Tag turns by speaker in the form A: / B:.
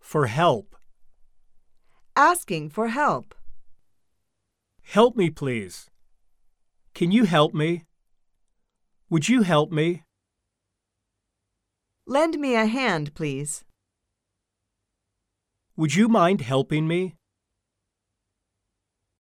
A: for help.
B: asking for help,
A: Help me, please. Can you help me? Would you help me?
B: lend me a hand, please.
A: Would you mind helping me?